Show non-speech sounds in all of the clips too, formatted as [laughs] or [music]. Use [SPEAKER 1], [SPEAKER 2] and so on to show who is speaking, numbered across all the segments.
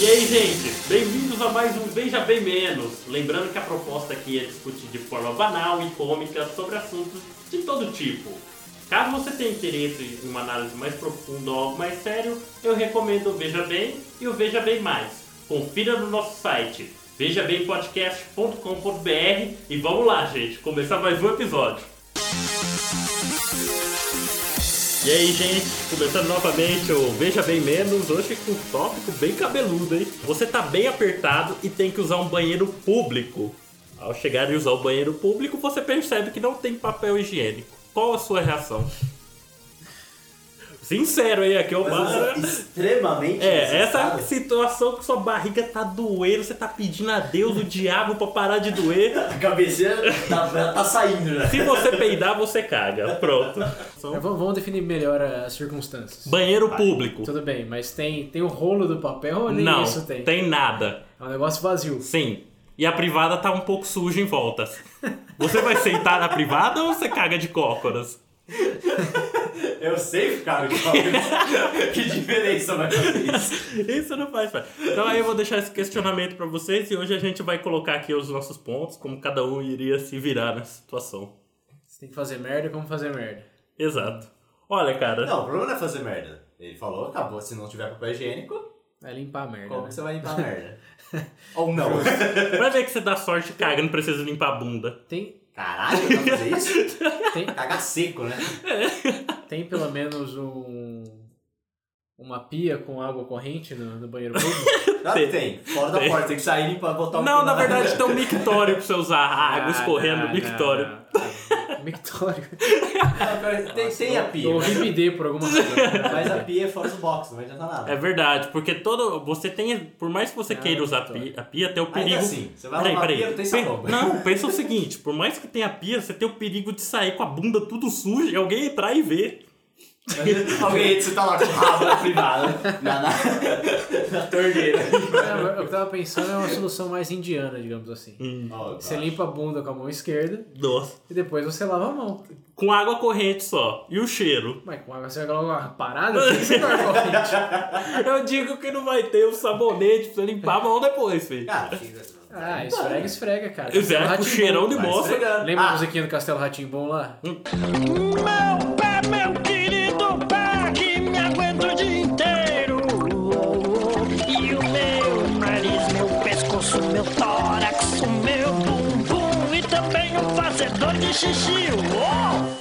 [SPEAKER 1] E aí, gente, bem-vindos a mais um Veja Bem Menos. Lembrando que a proposta aqui é discutir de forma banal e cômica sobre assuntos de todo tipo. Caso você tenha interesse em uma análise mais profunda ou algo mais sério, eu recomendo o Veja Bem e o Veja Bem Mais. Confira no nosso site vejabempodcast.com.br e vamos lá, gente, começar mais um episódio. E aí, gente, começando novamente o Veja Bem Menos, hoje com um tópico bem cabeludo, hein? Você tá bem apertado e tem que usar um banheiro público. Ao chegar e usar o banheiro público, você percebe que não tem papel higiênico. Qual a sua reação? Sincero, hein? Aqui é o
[SPEAKER 2] Mas
[SPEAKER 1] Mara.
[SPEAKER 2] isso é extremamente
[SPEAKER 1] É, essa
[SPEAKER 2] necessário.
[SPEAKER 1] situação que sua barriga tá doendo, você tá pedindo a Deus, o diabo, pra parar de doer.
[SPEAKER 2] A cabeceira tá, ela tá saindo, né?
[SPEAKER 1] Se você peidar, você caga. Pronto.
[SPEAKER 3] É, vamos vamos definir melhor as circunstâncias.
[SPEAKER 1] Banheiro público.
[SPEAKER 3] Tudo bem, mas tem, tem o rolo do papel ou nem
[SPEAKER 1] Não,
[SPEAKER 3] isso tem?
[SPEAKER 1] tem nada.
[SPEAKER 3] É um negócio vazio.
[SPEAKER 1] Sim. E a privada tá um pouco suja em voltas. Você vai sentar na privada ou você caga de cócoras?
[SPEAKER 2] Eu sei, cara, que papel. [laughs] Que diferença vai fazer isso?
[SPEAKER 1] Isso não faz parte. Então aí eu vou deixar esse questionamento pra vocês e hoje a gente vai colocar aqui os nossos pontos, como cada um iria se virar nessa situação.
[SPEAKER 3] Você tem que fazer merda, como fazer merda?
[SPEAKER 1] Exato. Olha, cara.
[SPEAKER 2] Não, o problema não é fazer merda. Ele falou, acabou, se não tiver papel higiênico,
[SPEAKER 3] É limpar a merda.
[SPEAKER 2] como
[SPEAKER 3] né?
[SPEAKER 2] que você vai limpar a merda? Ou não.
[SPEAKER 1] Vai ver que você dá sorte e caga, não precisa limpar a bunda.
[SPEAKER 3] Tem,
[SPEAKER 2] Caralho, dá pra fazer isso?
[SPEAKER 3] tem,
[SPEAKER 2] Cagar seco, né?
[SPEAKER 3] tem pelo menos um. Uma pia com água corrente no, no banheiro público?
[SPEAKER 2] Ah,
[SPEAKER 1] Tem.
[SPEAKER 2] tem. Fora da
[SPEAKER 1] Tem.
[SPEAKER 2] porta, tem que sair e limpar,
[SPEAKER 3] Tá
[SPEAKER 2] botar um
[SPEAKER 1] não,
[SPEAKER 2] cu
[SPEAKER 1] na verdade tem um mictório pra você usar a [laughs] água
[SPEAKER 3] Ah,
[SPEAKER 1] escorrendo
[SPEAKER 3] não,
[SPEAKER 1] no mictório.
[SPEAKER 3] não, não.
[SPEAKER 1] [laughs]
[SPEAKER 3] Mictório.
[SPEAKER 1] tá-
[SPEAKER 2] Ah, peraí, tem, tem a pia. né?
[SPEAKER 3] Eu ouvi bidê por alguma razão.
[SPEAKER 2] Mas a pia é fora do box, não vai adiantar nada.
[SPEAKER 1] É verdade, porque todo. Você tem. Por mais que você
[SPEAKER 3] Ah,
[SPEAKER 1] queira usar a
[SPEAKER 3] mictório.
[SPEAKER 1] pia, a pia tem o
[SPEAKER 2] Ainda
[SPEAKER 1] perigo.
[SPEAKER 2] assim, você vai lavar a pia, não tem
[SPEAKER 1] Pe-
[SPEAKER 2] sabão.
[SPEAKER 1] Não, pensa o seguinte: por mais que tenha pia, você tem o perigo de sair com a bunda tudo suja e alguém entrar e ver.
[SPEAKER 2] Alguém, você tá lá com o rabo [laughs] na privada, na, na, na torneira.
[SPEAKER 3] Não, Eu tava pensando é uma solução mais indiana, digamos assim.
[SPEAKER 1] Hum.
[SPEAKER 3] Você limpa a bunda com a mão esquerda
[SPEAKER 1] Nossa.
[SPEAKER 3] e depois você lava a mão.
[SPEAKER 1] Com água corrente só. E o cheiro?
[SPEAKER 3] Mas com água você vai colocar uma parada? Por que você vai corrente?
[SPEAKER 1] Eu digo que não vai ter o sabonete pra você limpar a mão depois, filho.
[SPEAKER 2] Cara,
[SPEAKER 3] [laughs] Ah, esfrega, esfrega, cara.
[SPEAKER 1] Eu zero é, com o
[SPEAKER 3] Castelo
[SPEAKER 1] cheirão de
[SPEAKER 3] Rá-Tim-Bum.
[SPEAKER 1] bosta.
[SPEAKER 3] Lembra a
[SPEAKER 2] Ah. Hum.
[SPEAKER 3] musiquinha do Castelo Ratimbom lá?
[SPEAKER 4] Meu pé, meu querido pé, que me aguenta o dia inteiro. E o meu nariz, meu pescoço, meu tórax, o meu bumbum e também o fazedor de xixi. Uou!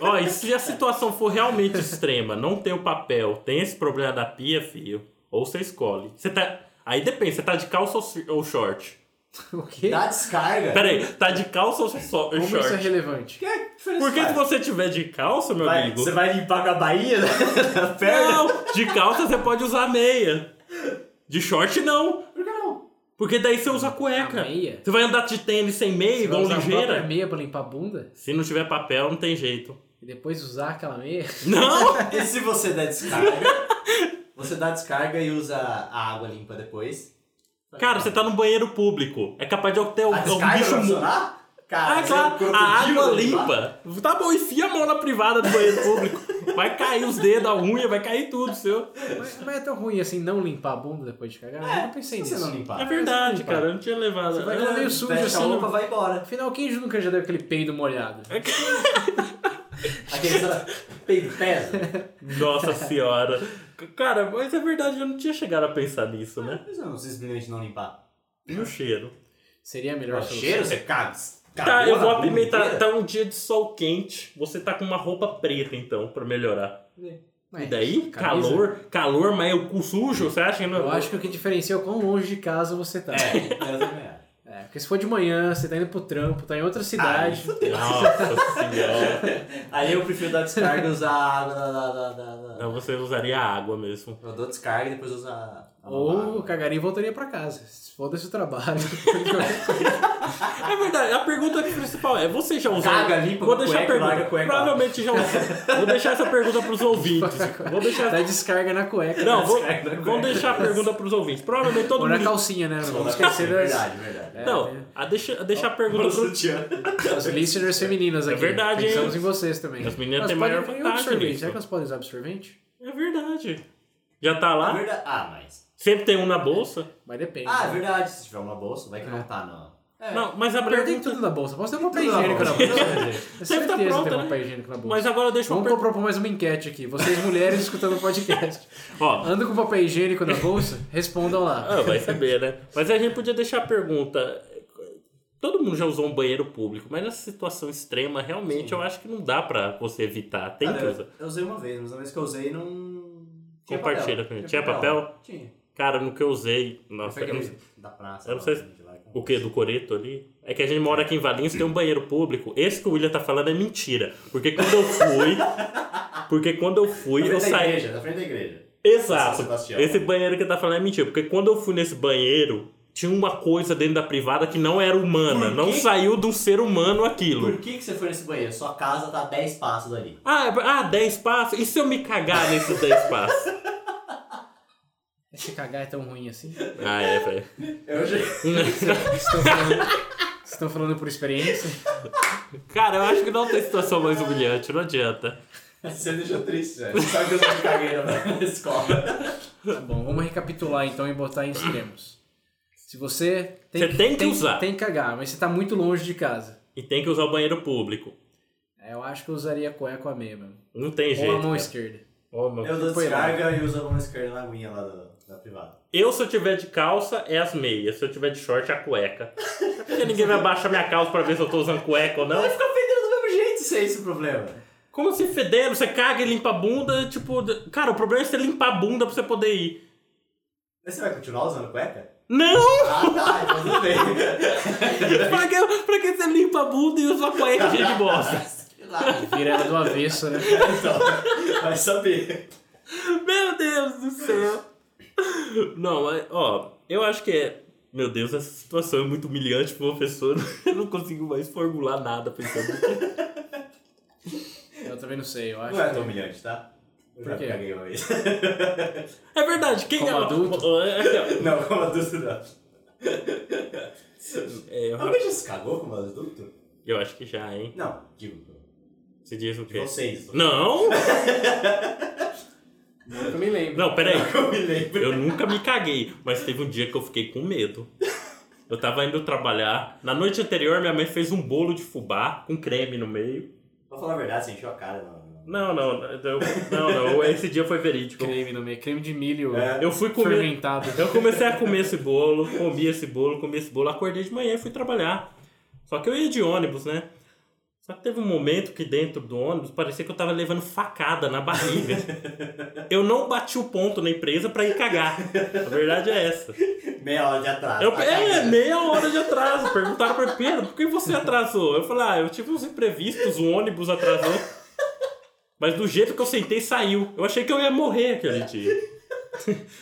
[SPEAKER 1] Ó, e se a situação for realmente extrema, não tem o papel, tem esse problema da pia, filho, ou você escolhe. Você tá. Aí depende, você tá de calça ou s- ou short?
[SPEAKER 3] [laughs] O quê?
[SPEAKER 2] dá descarga.
[SPEAKER 1] Pera aí, tá de calça ou so- ou
[SPEAKER 3] Como isso é
[SPEAKER 1] short?
[SPEAKER 3] relevante?
[SPEAKER 2] Que diferença
[SPEAKER 1] Por que se
[SPEAKER 2] faz?
[SPEAKER 1] você tiver de calça, meu
[SPEAKER 2] Vai,
[SPEAKER 1] amigo?
[SPEAKER 2] Você vai limpar com a bainha [laughs] da da perna?
[SPEAKER 1] Não, de calça você pode usar meia. De short não,
[SPEAKER 2] Por que não?
[SPEAKER 1] porque daí você usa
[SPEAKER 2] é,
[SPEAKER 1] cueca.
[SPEAKER 3] A Ah, meia?
[SPEAKER 1] Você vai andar de tênis sem meia, igual
[SPEAKER 3] Vai é. usar a própria
[SPEAKER 1] ligeira?
[SPEAKER 3] meia pra limpar a bunda?
[SPEAKER 1] Se não tiver papel, não tem jeito.
[SPEAKER 3] E depois usar aquela
[SPEAKER 2] [laughs]
[SPEAKER 3] meia?
[SPEAKER 1] Não!
[SPEAKER 2] Ah, E se você der descarga? você dá descarga e usa a água limpa depois.
[SPEAKER 1] Cara, você tá no banheiro público. É capaz de ter um,
[SPEAKER 2] A
[SPEAKER 1] um
[SPEAKER 2] Ah, descarga
[SPEAKER 1] bicho
[SPEAKER 2] vai
[SPEAKER 1] mu-
[SPEAKER 2] funcionar? Cara,
[SPEAKER 1] Ah,
[SPEAKER 2] você é um
[SPEAKER 1] claro,
[SPEAKER 2] crocodilo
[SPEAKER 1] a água
[SPEAKER 2] vai limpar?
[SPEAKER 1] limpa. Tá bom, enfia a mão na privada do banheiro público. Vai cair os dedos, a unha, vai cair tudo, seu.
[SPEAKER 3] mas, mas é tão ruim assim não limpar a bunda depois de cagar? eu não pensei
[SPEAKER 2] É, Se você
[SPEAKER 3] nisso.
[SPEAKER 2] não limpar.
[SPEAKER 1] É verdade, cara, eu não tinha levado.
[SPEAKER 3] Você vai ficar meio sujo
[SPEAKER 2] Fecha a
[SPEAKER 3] assim.
[SPEAKER 2] roupa,
[SPEAKER 3] no-
[SPEAKER 2] vai embora.
[SPEAKER 3] Afinal, quem nunca já deu aquele peido molhado?
[SPEAKER 2] Aquele cara, peido pesa.
[SPEAKER 1] [laughs] Nossa senhora. Cara, mas é verdade, eu não tinha chegado a pensar nisso, né?
[SPEAKER 2] Mas não, simplesmente não limpar.
[SPEAKER 1] E o cheiro?
[SPEAKER 3] Seria a melhor
[SPEAKER 2] O
[SPEAKER 3] solução.
[SPEAKER 2] cheiro, você caga.
[SPEAKER 1] Tá, eu vou
[SPEAKER 2] cagou na bunda
[SPEAKER 1] apimentar.
[SPEAKER 2] inteira.
[SPEAKER 1] Tá um dia de sol quente, você tá com uma roupa preta, então, pra melhorar.
[SPEAKER 3] Mas,
[SPEAKER 1] E daí,
[SPEAKER 3] É, camisa?
[SPEAKER 1] calor, calor, mas é o cu sujo, você acha que não...
[SPEAKER 3] Eu acho que o que diferencia é o quão longe de casa você tá.
[SPEAKER 2] É, eu também acho.
[SPEAKER 3] É, porque se for de manhã, você tá indo pro trampo, tá em outra
[SPEAKER 2] Ai,
[SPEAKER 3] cidade.
[SPEAKER 2] fudeu.
[SPEAKER 1] [laughs] Nossa senhora.
[SPEAKER 2] Aí eu prefiro dar descarga e usar a água da. da, da, da, da.
[SPEAKER 1] Não, você Então, usaria água mesmo.
[SPEAKER 2] Eu dou descarga e depois uso a, a né?
[SPEAKER 3] Ou cagaria e voltaria pra casa. Foda-se o trabalho. [laughs]
[SPEAKER 1] É verdade, a pergunta principal é: você já usou.
[SPEAKER 2] Caga, limpa
[SPEAKER 1] Vou
[SPEAKER 2] com
[SPEAKER 1] deixar a
[SPEAKER 2] cueca,
[SPEAKER 1] pergunta.
[SPEAKER 2] larga a cueca.
[SPEAKER 1] Provavelmente já usou. Vou deixar essa pergunta pros ouvintes. Vou deixar.
[SPEAKER 3] [laughs] Dá descarga na cueca. né?
[SPEAKER 1] Não, vou,
[SPEAKER 2] Sai da cueca.
[SPEAKER 1] vamos deixar a pergunta pros ouvintes. Provavelmente todo
[SPEAKER 3] Ou na
[SPEAKER 1] mundo. é
[SPEAKER 3] calcinha, né? Não
[SPEAKER 2] Não,
[SPEAKER 3] vamos esquecer das,
[SPEAKER 2] Verdade, [laughs] verdade.
[SPEAKER 1] Não, a deixa, a deixar a pergunta
[SPEAKER 2] Mano,
[SPEAKER 1] pros.
[SPEAKER 2] sutiã.
[SPEAKER 3] das listeners femininas aqui.
[SPEAKER 1] É
[SPEAKER 3] né?
[SPEAKER 1] verdade, hein?
[SPEAKER 3] Pensamos em vocês também.
[SPEAKER 1] As meninas
[SPEAKER 3] Elas
[SPEAKER 1] têm
[SPEAKER 3] podem-
[SPEAKER 1] maior
[SPEAKER 3] e o
[SPEAKER 1] vantagem
[SPEAKER 3] absorvente?
[SPEAKER 1] nisso.
[SPEAKER 3] Será que elas podem usar absorvente?
[SPEAKER 1] É verdade. Já tá lá?
[SPEAKER 2] Verdade- Ah, mas.
[SPEAKER 1] Sempre tem um na bolsa?
[SPEAKER 3] Mas depende.
[SPEAKER 2] Ah, é
[SPEAKER 3] né?
[SPEAKER 2] verdade. Se tiver uma bolsa, vai que não tá, não. É.
[SPEAKER 1] Não, mas a
[SPEAKER 3] Mulher tem
[SPEAKER 1] pergunta.
[SPEAKER 3] tudo na bolsa. Posso ter um papel
[SPEAKER 2] Tudo na
[SPEAKER 3] higiênico na
[SPEAKER 2] bolsa.
[SPEAKER 1] [laughs]
[SPEAKER 3] bolsa.
[SPEAKER 1] Sempre tá
[SPEAKER 3] Certeza
[SPEAKER 1] pronta,
[SPEAKER 3] tem um
[SPEAKER 1] né?
[SPEAKER 3] papel higiênico na bolsa.
[SPEAKER 1] Mas agora deixa uma
[SPEAKER 3] Vamos
[SPEAKER 1] pergunta.
[SPEAKER 3] propor mais uma enquete aqui. Vocês, mulheres, escutando
[SPEAKER 1] [laughs]
[SPEAKER 3] o podcast.
[SPEAKER 1] Ó,
[SPEAKER 3] Andam com papel higiênico na bolsa? Respondam lá.
[SPEAKER 1] Ah, vai saber, né? Mas a gente podia deixar a pergunta. Todo mundo já usou um banheiro público, mas nessa situação extrema, realmente, eu acho que não dá pra você evitar. Tem
[SPEAKER 2] Cara,
[SPEAKER 1] que
[SPEAKER 2] eu-
[SPEAKER 1] usar.
[SPEAKER 2] Eu usei uma vez, mas a vez que eu usei não. tinha
[SPEAKER 1] Compartilha
[SPEAKER 2] papel.
[SPEAKER 1] com a gente. Tinha papel?
[SPEAKER 2] Tinha.
[SPEAKER 1] Cara, no que eu usei. Nossa,
[SPEAKER 2] Foi
[SPEAKER 1] eu não-
[SPEAKER 2] aquele da praça.
[SPEAKER 1] eu não
[SPEAKER 2] lá,
[SPEAKER 1] sei se-
[SPEAKER 2] de lá, que-
[SPEAKER 1] O que? Do Coreto ali? É que a gente mora aqui em Valinhos, tem um banheiro público. Esse que o William tá falando é mentira. Porque quando eu fui. Porque quando eu
[SPEAKER 2] Na
[SPEAKER 1] fui, eu
[SPEAKER 2] frente da
[SPEAKER 1] saí.
[SPEAKER 2] igreja, na frente da igreja.
[SPEAKER 1] Exato.
[SPEAKER 2] São Sebastião. né?
[SPEAKER 1] Esse banheiro que tá falando é mentira, porque quando eu fui nesse banheiro, tinha uma coisa dentro da privada que não era humana,
[SPEAKER 2] Por
[SPEAKER 1] não
[SPEAKER 2] quê?
[SPEAKER 1] saiu de um ser humano aquilo.
[SPEAKER 2] Por que, que você foi nesse banheiro? Sua casa tá a 10 passos ali.
[SPEAKER 1] Ah, é- ah, 10 passos? E se eu me cagar nesses 10 passos?
[SPEAKER 2] [laughs]
[SPEAKER 3] Esse cagar é tão ruim assim.
[SPEAKER 1] Ah, é, velho.
[SPEAKER 2] Eu já...
[SPEAKER 3] Estão falando, estão falando por experiência?
[SPEAKER 1] Cara, eu acho que não tem situação mais humilhante, não adianta.
[SPEAKER 2] [laughs] Você me deixou triste, velho. Você Sabe que eu sou de cagueira na escola.
[SPEAKER 3] Tá bom, vamos recapitular então e botar em extremos. Se você tem,
[SPEAKER 1] Você tem que usar.
[SPEAKER 3] Tem que cagar, mas você tá muito longe de casa.
[SPEAKER 1] E tem que usar o banheiro público.
[SPEAKER 3] É, Eu acho que eu usaria a cueca com a meia mesmo.
[SPEAKER 1] Não tem
[SPEAKER 3] Ou a
[SPEAKER 1] jeito. né?
[SPEAKER 3] mão
[SPEAKER 1] cara.
[SPEAKER 3] esquerda.
[SPEAKER 1] Ô, meu-
[SPEAKER 2] Eu dou
[SPEAKER 3] Foi lá.
[SPEAKER 2] descarga e uso a mão esquerda na aguinha lá da, da privada.
[SPEAKER 1] Eu, se eu tiver de calça, é as meias. Se eu tiver de short, é a
[SPEAKER 2] [laughs]
[SPEAKER 1] cueca. Porque ninguém vai baixar minha calça pra ver se eu tô usando cueca ou não.
[SPEAKER 2] Vai ficar fedendo do mesmo jeito se é esse o problema.
[SPEAKER 1] Como se fedendo, você caga e limpa a bunda, tipo, d- cara, o problema é você limpar a bunda pra você poder ir.
[SPEAKER 2] Mas você vai continuar usando cueca?
[SPEAKER 1] [laughs] Não!
[SPEAKER 2] Ah, tá, então tudo [laughs] bem.
[SPEAKER 1] pra, que, pra que você limpa a bunda e usa uma cueca cheia de bosta?
[SPEAKER 2] Sei lá.
[SPEAKER 3] Vira ela do avesso, né?
[SPEAKER 2] Então, vai saber.
[SPEAKER 1] [laughs] Meu Deus do céu! Não, mas, ó, eu acho que é. Meu Deus, essa situação é muito humilhante pro professor. [laughs] Eu não consigo mais formular nada pensando.
[SPEAKER 3] Eu também não sei, eu acho.
[SPEAKER 2] Não é tão
[SPEAKER 3] que...
[SPEAKER 2] humilhante, tá? Eu
[SPEAKER 3] Por
[SPEAKER 2] já
[SPEAKER 3] quê?
[SPEAKER 2] caguei uma vez. [laughs]
[SPEAKER 1] É verdade, quem
[SPEAKER 3] Como
[SPEAKER 1] é o-
[SPEAKER 3] adulto?
[SPEAKER 1] Ó, é aqui, ó.
[SPEAKER 2] Não, como adulto
[SPEAKER 1] [laughs]
[SPEAKER 2] não.
[SPEAKER 1] É, eu-
[SPEAKER 2] Alguém já se cagou como adulto?
[SPEAKER 1] eu acho que já, hein?
[SPEAKER 2] Não, digo.
[SPEAKER 1] Você diz o quê?
[SPEAKER 2] Vocês.
[SPEAKER 1] Não!
[SPEAKER 3] Eu me lembro.
[SPEAKER 1] Não, peraí.
[SPEAKER 2] Eu me lembro.
[SPEAKER 1] Eu nunca me caguei, mas teve um dia que eu fiquei com medo. Eu tava indo trabalhar. Na noite anterior, minha mãe fez um bolo de fubá com creme no meio.
[SPEAKER 2] Pra falar a verdade, você encheu a cara. Não,
[SPEAKER 1] Não,
[SPEAKER 2] não.
[SPEAKER 1] não, eu- não, não. Esse dia foi verídico.
[SPEAKER 3] Creme no meio, creme de milho
[SPEAKER 2] É.
[SPEAKER 1] Eu fui comer.
[SPEAKER 3] fermentado.
[SPEAKER 1] Eu comecei a comer esse bolo, comi esse bolo, comi esse bolo, acordei de manhã e fui trabalhar. Só que eu ia de ônibus, né? Só que teve um momento que dentro do ônibus parecia que eu tava levando facada na barriga. Eu não bati o ponto na empresa pra ir cagar. A verdade é essa.
[SPEAKER 2] Meia hora de atraso.
[SPEAKER 1] Eu,
[SPEAKER 2] tá
[SPEAKER 1] é,
[SPEAKER 2] cagando.
[SPEAKER 1] meia hora de atraso. Perguntaram pra mim, Pedro, por que você atrasou? Eu falei, ah, eu tive uns imprevistos, o ônibus atrasou. Mas do jeito que eu sentei, saiu. Eu achei que eu ia morrer aquele dia.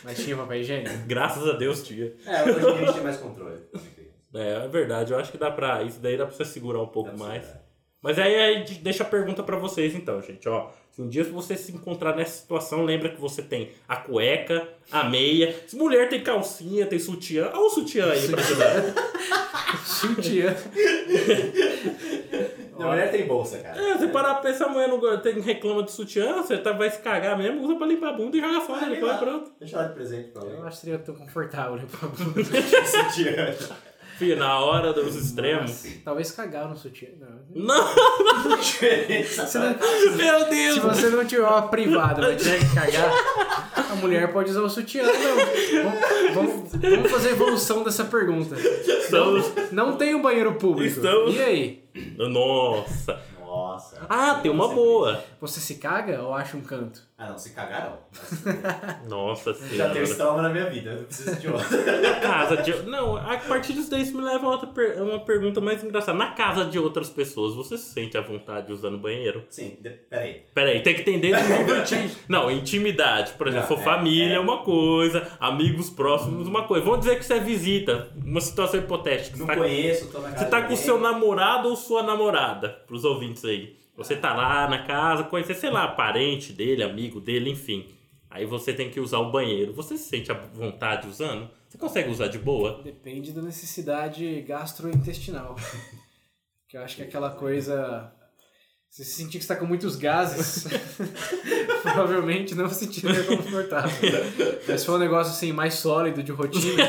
[SPEAKER 3] Mas tinha papel higiênico?
[SPEAKER 1] Graças a Deus, tia.
[SPEAKER 2] É, hoje em dia a gente tem mais controle.
[SPEAKER 1] [laughs] É, é verdade, eu acho que dá pra. Isso daí dá pra você segurar um pouco
[SPEAKER 2] Dá pra
[SPEAKER 1] mais.
[SPEAKER 2] segurar.
[SPEAKER 1] Mas aí, aí de- deixa a pergunta pra vocês então, gente. Ó, se um dia você se encontrar nessa situação, lembra que você tem a cueca, a meia. Se mulher tem calcinha, tem sutiã. Olha o sutiã aí pra ajudar.
[SPEAKER 3] Sutiã.
[SPEAKER 2] Não, mulher tem bolsa, cara.
[SPEAKER 1] É, você parar pra pensar, a mulher não go- tem reclama de sutiã, você tá, vai se cagar mesmo, usa pra limpar a bunda e joga fora,
[SPEAKER 2] Vai
[SPEAKER 1] ele vai
[SPEAKER 2] lá.
[SPEAKER 1] tá pronto.
[SPEAKER 2] Deixa ela de presente
[SPEAKER 1] [laughs]
[SPEAKER 2] pra
[SPEAKER 3] Eu
[SPEAKER 2] alguém.
[SPEAKER 3] acho que seria tão confortável, né? pra-
[SPEAKER 2] Sutiã.
[SPEAKER 1] Fih, na hora dos extremos.
[SPEAKER 3] Talvez cagar no sutiã. Não.
[SPEAKER 1] Não!
[SPEAKER 3] Você
[SPEAKER 2] É,
[SPEAKER 3] não-
[SPEAKER 1] Meu
[SPEAKER 3] Se [laughs]
[SPEAKER 1] Deus!
[SPEAKER 3] você não tiver uma privada, mas tiver que cagar, a mulher pode usar o sutiã, não. Vamos, vamos- vamos fazer a evolução dessa pergunta.
[SPEAKER 1] Estamos...
[SPEAKER 3] Não tem um banheiro público.
[SPEAKER 1] Estamos-
[SPEAKER 3] E aí?
[SPEAKER 1] Nossa!
[SPEAKER 2] Nossa.
[SPEAKER 1] Ah, tem uma boa!
[SPEAKER 3] Você se caga ou acha um canto?
[SPEAKER 2] Ah não, se cagar
[SPEAKER 1] [laughs]
[SPEAKER 2] não.
[SPEAKER 1] Nossa
[SPEAKER 2] Já
[SPEAKER 1] senhora.
[SPEAKER 2] tenho estômago na minha vida, eu não preciso de
[SPEAKER 1] [laughs]
[SPEAKER 2] outro.
[SPEAKER 1] Na casa de. Não, a partir disso daí isso me leva a outra per- a uma pergunta mais engraçada. Na casa de outras pessoas, você se sente à vontade usando banheiro?
[SPEAKER 2] Sim, de- peraí.
[SPEAKER 1] Peraí, tem que entender de nível
[SPEAKER 2] [laughs]
[SPEAKER 1] inti- Não, intimidade. Por exemplo,
[SPEAKER 2] Não, é,
[SPEAKER 1] família
[SPEAKER 2] é.
[SPEAKER 1] é uma coisa, amigos próximos uma coisa. Vamos dizer que você visita, uma situação hipotética. Você
[SPEAKER 2] Não
[SPEAKER 1] tá,
[SPEAKER 2] conheço, tô na casa
[SPEAKER 1] você tá
[SPEAKER 2] de
[SPEAKER 1] com
[SPEAKER 2] ninguém.
[SPEAKER 1] seu namorado ou sua namorada, pros ouvintes aí. Você tá lá na casa, conhecer, sei lá, parente dele, amigo dele, enfim. Aí você tem que usar o banheiro. Você se sente à vontade usando? Você consegue usar de boa?
[SPEAKER 3] Depende da necessidade gastrointestinal. que eu acho que é aquela coisa. Se você sentir que está com muitos gases, [laughs] provavelmente não se sentiria confortável. Mas se for um negócio assim mais sólido, de rotina.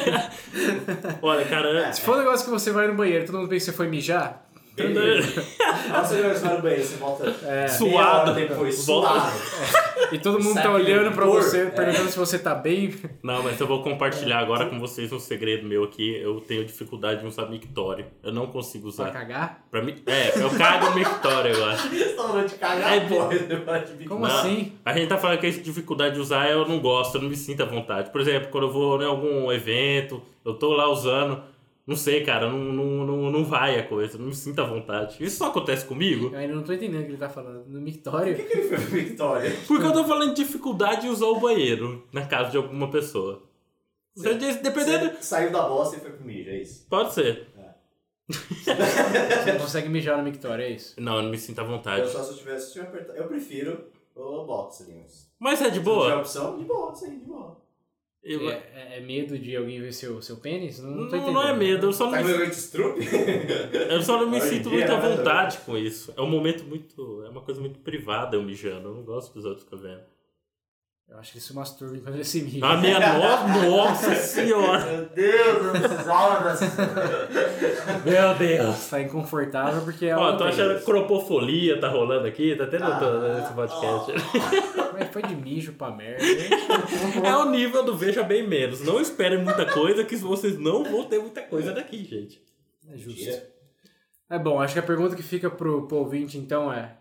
[SPEAKER 1] Olha,
[SPEAKER 2] É,
[SPEAKER 1] cara.
[SPEAKER 3] se for um negócio que você vai no banheiro e todo mundo pensa que você foi mijar,
[SPEAKER 2] Beleza. é Aí você vai usar no banheiro, você volta meia
[SPEAKER 1] É. Suado.
[SPEAKER 2] hora depois,
[SPEAKER 1] Volta-
[SPEAKER 2] suado. [laughs]
[SPEAKER 3] e todo mundo tá
[SPEAKER 2] Sabe,
[SPEAKER 3] olhando pra
[SPEAKER 2] dor.
[SPEAKER 3] você,
[SPEAKER 2] É.
[SPEAKER 3] perguntando se você tá bem.
[SPEAKER 1] [laughs] Não, mas eu vou compartilhar agora com vocês um segredo meu aqui. Eu tenho dificuldade de usar mictório. Eu não consigo
[SPEAKER 3] Pra
[SPEAKER 1] usar.
[SPEAKER 3] cagar?
[SPEAKER 1] Pra mim, é, eu cago no mictório, eu acho.
[SPEAKER 2] Eles estão tá falando de cagar,
[SPEAKER 1] É,
[SPEAKER 2] porra, eu gosto de
[SPEAKER 3] Como
[SPEAKER 1] Não.
[SPEAKER 3] assim?
[SPEAKER 1] A gente tá falando que essa dificuldade de usar é eu não gosto, eu não me sinto à vontade. Por exemplo, quando eu vou em algum evento, eu tô lá usando. Não sei, cara, não, não, não, não vai a coisa, eu não me sinto à vontade. Isso só acontece comigo?
[SPEAKER 3] Eu ainda não tô entendendo o que ele tá falando. No mictório?
[SPEAKER 1] assim?
[SPEAKER 2] Victoria.
[SPEAKER 1] Porque eu tô falando de dificuldade de usar o banheiro na casa de alguma pessoa. Você diz, dependendo.
[SPEAKER 2] Você saiu da bosta e foi pro mijo, é isso?
[SPEAKER 1] Pode ser.
[SPEAKER 3] Você não consegue mijar no mictório, é isso?
[SPEAKER 1] Não, eu não me sinto à vontade.
[SPEAKER 2] Eu só se eu tivesse se eu apertar. Eu prefiro o box, Linus.
[SPEAKER 1] Mas é de
[SPEAKER 2] Se não tiver
[SPEAKER 1] boa.
[SPEAKER 2] opção, de boa, sim, de boa.
[SPEAKER 1] Eu-
[SPEAKER 3] É, é- é medo de alguém ver seu, seu pênis? Não,
[SPEAKER 1] Não,
[SPEAKER 3] tô entendendo.
[SPEAKER 1] não é medo, eu só não,
[SPEAKER 2] Tá com
[SPEAKER 1] me-
[SPEAKER 2] vergonha de strupe?
[SPEAKER 1] eu só não me
[SPEAKER 2] Hoje em
[SPEAKER 1] sinto
[SPEAKER 2] dia,
[SPEAKER 1] muito à
[SPEAKER 2] né,
[SPEAKER 1] vontade com isso. É um momento muito. É uma coisa muito privada eu mijando. Eu não gosto que os outros ficam vendo.
[SPEAKER 3] Eu acho que ele se masturba enquanto ele se mija.
[SPEAKER 1] A minha no...
[SPEAKER 2] [laughs]
[SPEAKER 1] Nossa senhora!
[SPEAKER 2] Meu Deus, essas almas. [laughs]
[SPEAKER 1] Meu Deus!
[SPEAKER 3] Tá inconfortável porque é
[SPEAKER 1] Ó,
[SPEAKER 3] uma
[SPEAKER 1] tô achando que cropofolia tá rolando aqui, tá tendo
[SPEAKER 2] Ah.
[SPEAKER 1] todo esse podcast.
[SPEAKER 3] Mas é foi de mijo pra merda, hein?
[SPEAKER 1] É o nível do Veja Bem Menos. Não esperem muita coisa, que vocês não vão ter muita coisa daqui, gente.
[SPEAKER 3] É justo. É bom, acho que a pergunta que fica pro, pro ouvinte então é: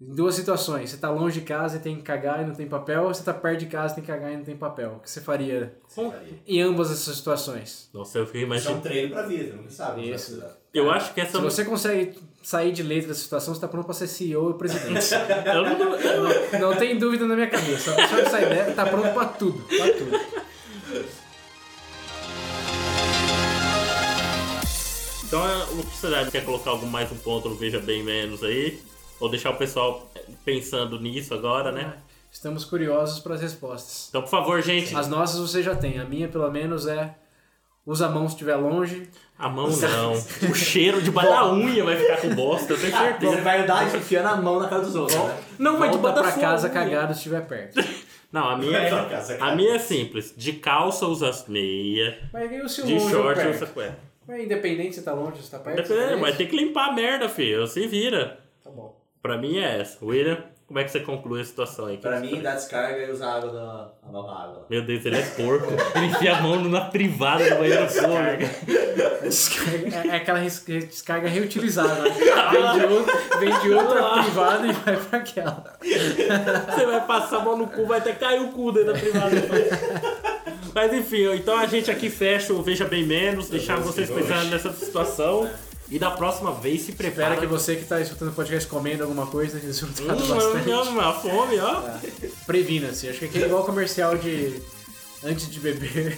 [SPEAKER 3] em duas situações, você tá longe de casa e tem que cagar e não tem papel, ou você tá perto de casa e tem que cagar e não tem papel? O que você faria em ambas essas situações?
[SPEAKER 1] Nossa, eu fiquei
[SPEAKER 2] Isso é um
[SPEAKER 1] imaginando.
[SPEAKER 2] treino pra vida, nunca sabe. não
[SPEAKER 3] Isso.
[SPEAKER 2] sabe.
[SPEAKER 1] Eu acho que essa.
[SPEAKER 3] Se você consegue sair de letra dessa situação, você tá pronto pra ser CEO e presidente.
[SPEAKER 1] Eu não- eu não-
[SPEAKER 3] Não tem dúvida na minha cabeça. A pessoa que sai dessa tá pronto pra tudo. Pra tudo.
[SPEAKER 1] Então, o que você acha? Quer colocar algum mais um ponto no Veja Bem Menos aí? Ou deixar o pessoal pensando nisso agora, né?
[SPEAKER 3] Estamos curiosos para as respostas.
[SPEAKER 1] Então, por favor, gente,
[SPEAKER 3] As nossas você já tem. A minha, pelo menos, é usa a mão se estiver longe.
[SPEAKER 1] a mão não. O cheiro de da unha vai ficar com bosta, eu tenho
[SPEAKER 2] Você
[SPEAKER 1] certeza.
[SPEAKER 2] vai andar enfiando a mão na cara dos outros. né?
[SPEAKER 1] Não, mas de
[SPEAKER 3] Volta
[SPEAKER 1] banda
[SPEAKER 3] para
[SPEAKER 1] sua
[SPEAKER 3] casa
[SPEAKER 1] unha.
[SPEAKER 3] cagado se estiver perto.
[SPEAKER 1] Não, a minha,
[SPEAKER 2] Vai pra casa, cara.
[SPEAKER 1] a minha é simples. De calça usa as meia,
[SPEAKER 3] Mas e o seu
[SPEAKER 1] de
[SPEAKER 3] longe ou
[SPEAKER 1] short usa
[SPEAKER 3] perto?
[SPEAKER 1] cueca.
[SPEAKER 2] É
[SPEAKER 3] Mas independente se tá longe ou se tá perto.
[SPEAKER 1] Dependendo,
[SPEAKER 3] você
[SPEAKER 1] mas
[SPEAKER 3] faz
[SPEAKER 1] tem que limpar a merda, filho. Se vira.
[SPEAKER 3] isso? Tá bom.
[SPEAKER 1] Pra mim é essa. William, como é que você conclui a situação aí?
[SPEAKER 2] Pra mim, dá descarga e usar água da a nova água.
[SPEAKER 1] Meu Deus, ele é porco. Ele enfia a mão na privada do banheiro público.
[SPEAKER 3] Descarga- É, é aquela res- descarga reutilizável. né? Vem de, outro- vem de outra privada e vai pra aquela.
[SPEAKER 1] Você vai passar a mão no cu, vai até cair o cu dentro da privada. Mas enfim, então a gente aqui fecha o Veja Bem Menos, deixar vocês pensando nessa situação. E da próxima vez se prepara
[SPEAKER 3] Espera que
[SPEAKER 1] que
[SPEAKER 3] você que tá escutando o podcast comendo alguma coisa, tenha desfrutado
[SPEAKER 1] Hum,
[SPEAKER 3] bastante.
[SPEAKER 1] eu amo a fome, ó.
[SPEAKER 3] Previna-se. Acho que aqui é igual comercial de antes de beber.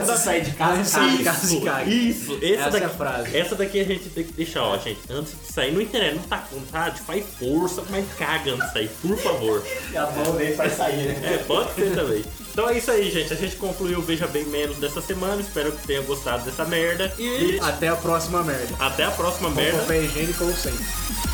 [SPEAKER 2] Você sair de casa,
[SPEAKER 3] Isso.
[SPEAKER 2] sai.
[SPEAKER 3] Casa Tá, [laughs] de caga.
[SPEAKER 1] Isso, essa,
[SPEAKER 3] Essa
[SPEAKER 1] daqui,
[SPEAKER 3] é a frase.
[SPEAKER 1] Essa daqui a gente tem que deixar, ó, gente. Antes de sair, não interessa, não tá com vontade, faz força, mas caga antes de sair, por favor.
[SPEAKER 2] E a mão dele vai sair, né?
[SPEAKER 1] É, pode ser também. Então é isso aí, gente. A gente concluiu o Veja Bem Menos dessa semana. Espero que tenha gostado dessa merda. E
[SPEAKER 3] Até a próxima merda.
[SPEAKER 1] até a próxima
[SPEAKER 3] Com
[SPEAKER 1] merda.
[SPEAKER 3] papel higiênico ou sem.